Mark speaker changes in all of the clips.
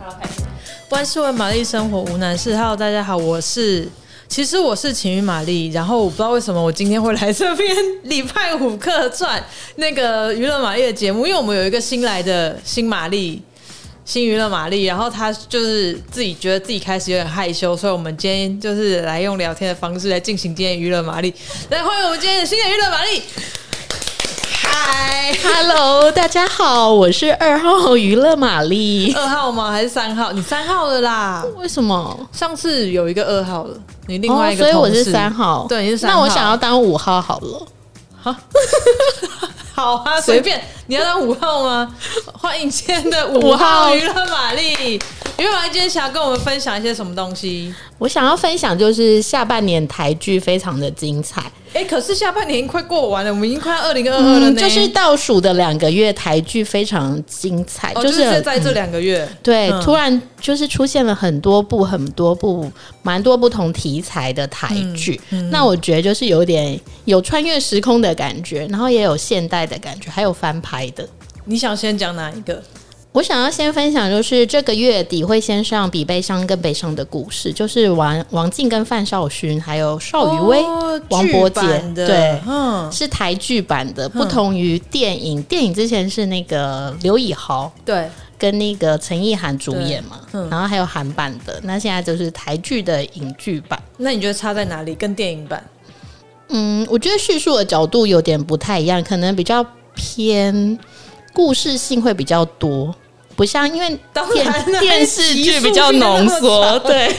Speaker 1: 要开始？
Speaker 2: 不安是为玛丽生活无难事。Hello，大家好，我是，其实我是晴雨玛丽。然后我不知道为什么我今天会来这边礼拜五客串那个娱乐玛丽的节目，因为我们有一个新来的新玛丽。新娱乐玛丽，然后她就是自己觉得自己开始有点害羞，所以我们今天就是来用聊天的方式来进行今天的娱乐玛丽。来欢迎我们今天的新的娱乐玛丽，嗨，
Speaker 3: Hello，大家好，我是二号娱乐玛丽。
Speaker 2: 二号吗？还是三号？你三号的啦。
Speaker 3: 为什么？
Speaker 2: 上次有一个二号的，你另外一个、
Speaker 3: 哦所以我是三号，
Speaker 2: 对，你是三号。
Speaker 3: 那我想要当五号好了。
Speaker 2: 好 啊，随便，你要当五号 吗？欢迎今天的五
Speaker 3: 五
Speaker 2: 号
Speaker 3: 号
Speaker 2: 娱乐玛丽，娱乐玛丽今天想要跟我们分享一些什么东西？
Speaker 3: 我想要分享就是下半年台剧非常的精彩，
Speaker 2: 哎、可是下半年已经快过完了，我们已经快二零二二了呢、
Speaker 3: 嗯就是倒数的两个月台剧非常精彩，
Speaker 2: 哦，
Speaker 3: 就
Speaker 2: 就是是在这两个月，
Speaker 3: 对，
Speaker 2: 嗯
Speaker 3: 突然就是出现了很多部、很多部、蛮多不同题材的台剧。
Speaker 2: 嗯
Speaker 3: 那我觉得就是有点有穿越时空的感觉，然后也有现代的感觉，还有翻拍的。
Speaker 2: 你想先讲哪一个？
Speaker 3: 我想要先分享，就是这个月底会先上《比悲伤更悲伤的故事》，就是王王静跟范少勋，还有邵雨薇、
Speaker 2: 哦
Speaker 3: 王伯杰
Speaker 2: 剧版的，
Speaker 3: 对
Speaker 2: 嗯，
Speaker 3: 是台剧版的，不同于电影。电影之前是那个刘以豪
Speaker 2: 对，
Speaker 3: 跟那个陈意涵主演嘛，
Speaker 2: 对嗯
Speaker 3: 然后还有韩版的，那现在就是台剧的影剧版。
Speaker 2: 那你觉得差在哪里？跟电影版？
Speaker 3: 嗯，我觉得叙述的角度有点不太一样，可能比较偏故事性会比较多，不像因为
Speaker 2: 当然啊啦
Speaker 3: 电电视剧比较浓缩，
Speaker 2: 集数比较
Speaker 3: 对。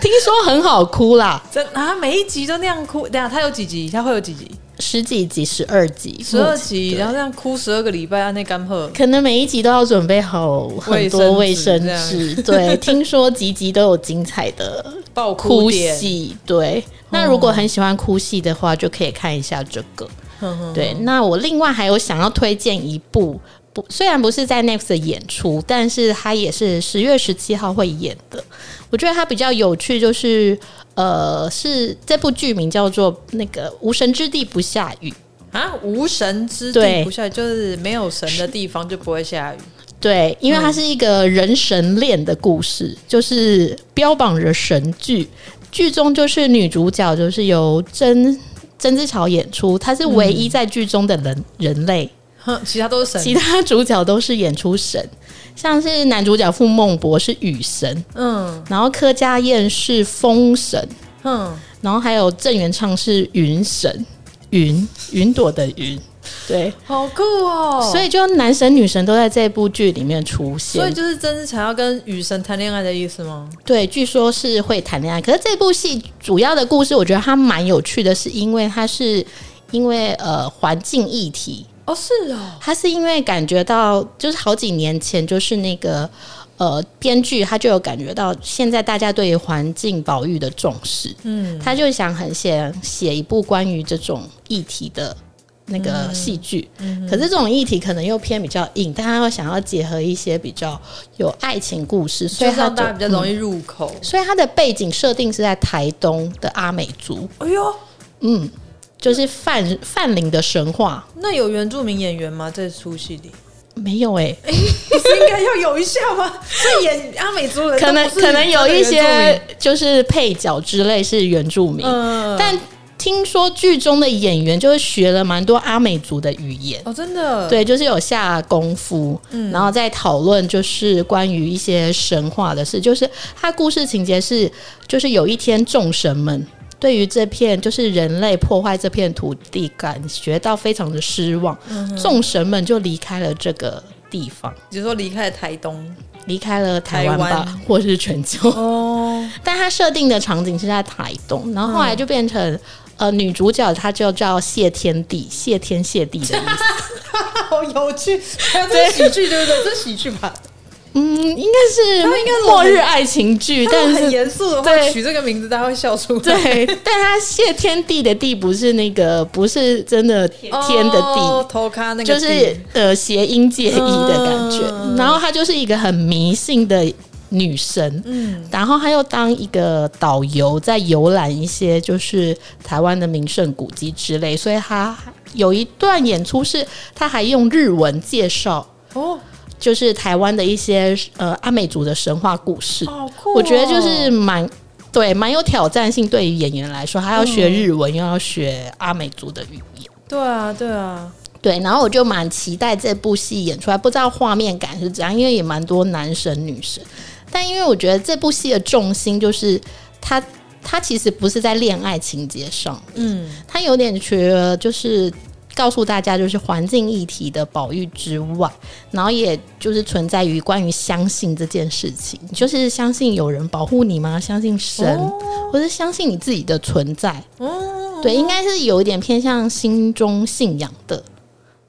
Speaker 3: 听说很好哭啦，
Speaker 2: 这啊，每一集都那样哭。等一下它有几集？它会有几集？
Speaker 3: 十几集、十二集、
Speaker 2: 十二集，
Speaker 3: 对
Speaker 2: 然后这样哭十二个礼拜，啊按那干喝。
Speaker 3: 可能每一集都要准备好很多
Speaker 2: 卫
Speaker 3: 卫
Speaker 2: 生
Speaker 3: 生
Speaker 2: 纸
Speaker 3: 纸。对，听说集集都有精彩 的
Speaker 2: 爆
Speaker 3: 哭
Speaker 2: 点，
Speaker 3: 戏。对，那如
Speaker 2: 哦
Speaker 3: 果很喜欢哭戏的话，就可以看一下这个。
Speaker 2: 哼哼
Speaker 3: 对，那我另外还有想要推荐一部，不虽然不是在 Next 的演出，但是它也是十月十七号会演的。我觉得它比较有趣，就是呃，是这部剧名叫做那个《无神之地不下雨》。
Speaker 2: 啊，无神之地
Speaker 3: 对
Speaker 2: 不下雨，就是没有神的地方就不会下雨。
Speaker 3: 对，因为它是一个人神恋的故事，就是标榜着神剧。剧中就是女主角就是由曾曾之乔演出，她是唯一在剧中的人、人类，
Speaker 2: 哼，其他都是
Speaker 3: 其
Speaker 2: 神。
Speaker 3: 他主角都是演出神。像是男主角傅孟博是雨神，
Speaker 2: 嗯
Speaker 3: 然后柯佳燕是风神，
Speaker 2: 哼，
Speaker 3: 然后还有郑元畅是云神，云云朵的云，对，
Speaker 2: 好酷哦！
Speaker 3: 所以就男神女神都在这部剧里面出现，
Speaker 2: 所以就是真是想要跟雨神谈恋爱的意思吗？
Speaker 3: 对，据说是会谈恋爱。可是这部戏主要的故事，我觉得它蛮有趣的，是因为它是因为呃环境议题，
Speaker 2: 哦，是哦，
Speaker 3: 它是因为感觉到就是好几年前就是那个。呃，编剧他就有感觉到现在大家对于环境保育的重视，
Speaker 2: 嗯，
Speaker 3: 他就想很写写一部关于这种议题的那
Speaker 2: 嗯
Speaker 3: 个戏剧，可是这种议题可能又偏比较硬，但他又想要结合一些比较有爱情故事，
Speaker 2: 就
Speaker 3: 所以
Speaker 2: 是
Speaker 3: 他
Speaker 2: 让大家比较
Speaker 3: 易。
Speaker 2: 容易入口。
Speaker 3: 所以它的背景设定是在台东的阿美族，
Speaker 2: 哎呦，
Speaker 3: 嗯，就是范范林的神话
Speaker 2: 那有原住民演员吗？这出戏 里
Speaker 3: 没有哎、
Speaker 2: 不是应该要有一下 吗？是演阿美族人，
Speaker 3: 可能
Speaker 2: 都不是
Speaker 3: 可能有一
Speaker 2: 真的原
Speaker 3: 些
Speaker 2: 住民
Speaker 3: 就是配角之类是原住民，
Speaker 2: 嗯，
Speaker 3: 但听说剧中的演员就是学了蛮多阿美族的语言。
Speaker 2: 哦，真的，
Speaker 3: 对，就是有下功夫，
Speaker 2: 嗯
Speaker 3: 然后再讨论就是关于一些神话的事，就是它故事情节是，就是有一天众神们对于这片就是人类破坏这片土地感觉到非常的失望，
Speaker 2: 嗯
Speaker 3: 众神们就离开了这个地方，
Speaker 2: 比如说离开了台东
Speaker 3: 离开了台
Speaker 2: 台
Speaker 3: 湾
Speaker 2: 湾
Speaker 3: 吧，或是全球。
Speaker 2: 哦，
Speaker 3: 但它设定的场景是在台东，然后后来就变成、呃女主角她就叫谢天地，谢天谢地的意思。
Speaker 2: 好有趣，这是喜剧对不对？这是喜剧吧？
Speaker 3: 嗯，应该是
Speaker 2: 它应该是
Speaker 3: 末日爱情剧，
Speaker 2: 他
Speaker 3: 但
Speaker 2: 们很
Speaker 3: 是
Speaker 2: 严肃的话，
Speaker 3: 对
Speaker 2: 取这个名字大家会笑出来。
Speaker 3: 对，但它谢天地的地不是那个，不是真的天
Speaker 2: 哦，
Speaker 3: 的地，
Speaker 2: 头咖那个
Speaker 3: 就
Speaker 2: 地
Speaker 3: 是呃谐音介意的感觉。
Speaker 2: 嗯
Speaker 3: 然后她就是一个很迷信的女神，
Speaker 2: 嗯，
Speaker 3: 然后她又当一个导游，在游览一些就是台湾的名胜古迹之类，所以她有一段演出是她还用日文介绍
Speaker 2: 哦，
Speaker 3: 就是台湾的一些呃阿美族的神话故事。
Speaker 2: 好酷哦
Speaker 3: 我觉得就是蛮对，蛮有挑战性。对于演员来说，他要
Speaker 2: 嗯
Speaker 3: 学日文，又要学阿美族的语言。
Speaker 2: 对啊，对啊，
Speaker 3: 对，然后我就蛮期待这部戏演出来，不知道画面感是怎样，因为也蛮多男神女神。但因为我觉得这部戏的重心就是它，它其实不是在恋爱情节上，
Speaker 2: 嗯，
Speaker 3: 它有点觉得就是告诉大家，就是环境议题的保育之外，然后也就是存在于关于相信这件事情，就是相信有人保护你吗？相信神，或是相信你自己的存在？
Speaker 2: 哦，
Speaker 3: 对，应该是有一点偏向心中信仰的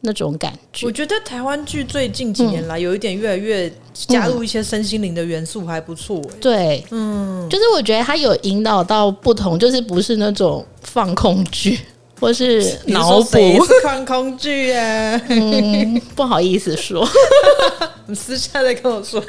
Speaker 3: 那种感觉
Speaker 2: 我。觉得台湾剧最近几年
Speaker 3: 嗯
Speaker 2: 来有一点越来越加入一些身心灵的元素，还不错、欸。
Speaker 3: 对，
Speaker 2: 嗯，
Speaker 3: 就是我觉得它有引导到不同，就是不是那种放空 剧或是
Speaker 2: 你是
Speaker 3: 脑
Speaker 2: 说
Speaker 3: 补，
Speaker 2: 谁是看空剧耶，
Speaker 3: 嗯， 不好意思说。
Speaker 2: 你私下在跟我 说。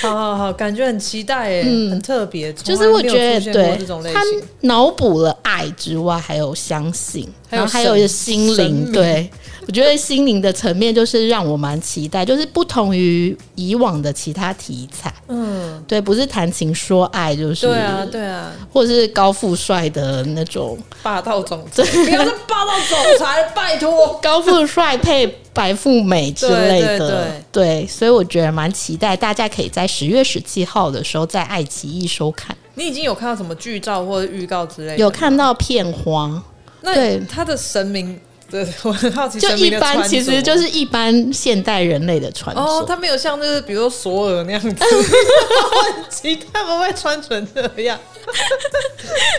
Speaker 2: 好好好，感觉很期待哎、很特别，
Speaker 3: 嗯就是我觉得
Speaker 2: 从来没有出现过
Speaker 3: 对
Speaker 2: 这种类
Speaker 3: 他
Speaker 2: 型，
Speaker 3: 脑补了爱之外，还有相信，
Speaker 2: 还有
Speaker 3: 然后还有一个
Speaker 2: 神
Speaker 3: 心
Speaker 2: 神
Speaker 3: 灵。
Speaker 2: 明
Speaker 3: 对，我觉得心灵的层面就是让我蛮期待，就是不同于以往的其他题材。
Speaker 2: 嗯，
Speaker 3: 对，不是谈情说爱，就是
Speaker 2: 对啊，对啊，
Speaker 3: 或者是高富帅的那种，
Speaker 2: 霸道总裁，不要是霸道总裁，拜托。
Speaker 3: 高富帅配白富美之类的，
Speaker 2: 对对
Speaker 3: 对所以我觉得蛮期待，大家可以在十月十七号的时候在爱奇艺收看，
Speaker 2: 你已经有看到什么剧照或者预告之类的？
Speaker 3: 有看到片花，
Speaker 2: 那
Speaker 3: 对
Speaker 2: 他的神明，对我很好奇，
Speaker 3: 就
Speaker 2: 神
Speaker 3: 一
Speaker 2: 明的
Speaker 3: 般
Speaker 2: 穿着
Speaker 3: 其实就是一般现代人类的穿着。
Speaker 2: 哦，他没有像就是比如说索尔那样 子，很奇他们会穿成这样，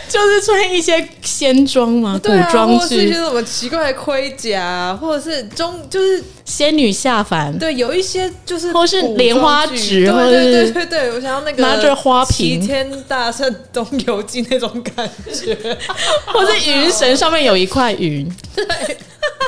Speaker 3: 就是穿一些仙装嘛，古
Speaker 2: 对啊，
Speaker 3: 装
Speaker 2: 或者是一些
Speaker 3: 剧，
Speaker 2: 什么奇怪的盔甲，或者是中就是
Speaker 3: 仙女下凡，
Speaker 2: 对有一些就是
Speaker 3: 或是莲花指
Speaker 2: 古装
Speaker 3: 或
Speaker 2: 剧对
Speaker 3: 者是
Speaker 2: 对对对对，我想要那个
Speaker 3: 拿着花瓶
Speaker 2: 齐天大圣东游记那种感觉，
Speaker 3: 或是云神上面有一块云，对，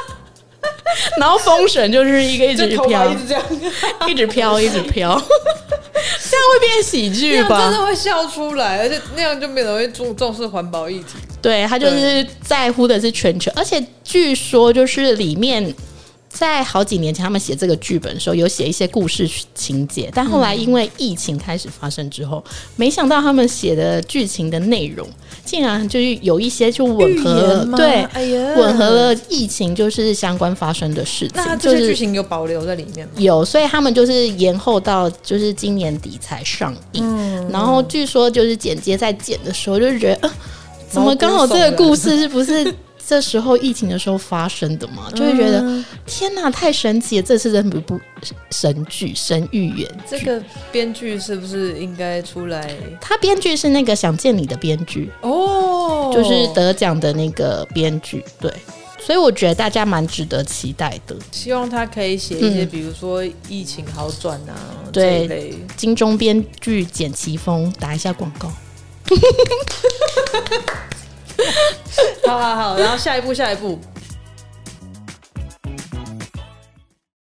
Speaker 3: 然后风神就是 一个一直
Speaker 2: 就头发
Speaker 3: 飘，
Speaker 2: 一直这样，
Speaker 3: 一直飘，一直 飘，这样会变喜
Speaker 2: 那
Speaker 3: 剧
Speaker 2: 样真
Speaker 3: 吧？
Speaker 2: 的会笑出来，而且那样就没有人会重重视环保议题。
Speaker 3: 对他就是在乎的是全球，而且据说就是里面。在好几年前，他们写这个剧本的时候，有写一些故事情节，但后来因为疫情开始发生之后，没想到他们写的剧情的内容竟然就是有一些就吻合
Speaker 2: 预
Speaker 3: 了
Speaker 2: 言，吗
Speaker 3: 对，
Speaker 2: 哎呀
Speaker 3: 吻合了疫情就是相关发生的事
Speaker 2: 那
Speaker 3: 情，
Speaker 2: 这
Speaker 3: 就
Speaker 2: 些剧
Speaker 3: 是
Speaker 2: 情有保留在里面吗？
Speaker 3: 有，所以他们就是延后到就是今年底才上映。然后据说就是剪接在剪的时候，就觉得、呃、怎么刚好这个故事是不是 这时候疫情的时候发生的嘛？就会觉得、
Speaker 2: 嗯
Speaker 3: 天哪，太神奇了！这是真不不神剧神预言
Speaker 2: 这
Speaker 3: 剧。
Speaker 2: 个编剧是不是应该出来？
Speaker 3: 他编剧是那个《想见你》的编剧，
Speaker 2: 哦，
Speaker 3: 就是得奖的那个编剧，对。所以我觉得大家蛮值得期待的。
Speaker 2: 希望他可以写一些，
Speaker 3: 嗯
Speaker 2: 比如说疫情好转啊
Speaker 3: 对
Speaker 2: 这一类。
Speaker 3: 金钟编剧简奇峰打一下广告，
Speaker 2: 好好好，然后下一步下一步，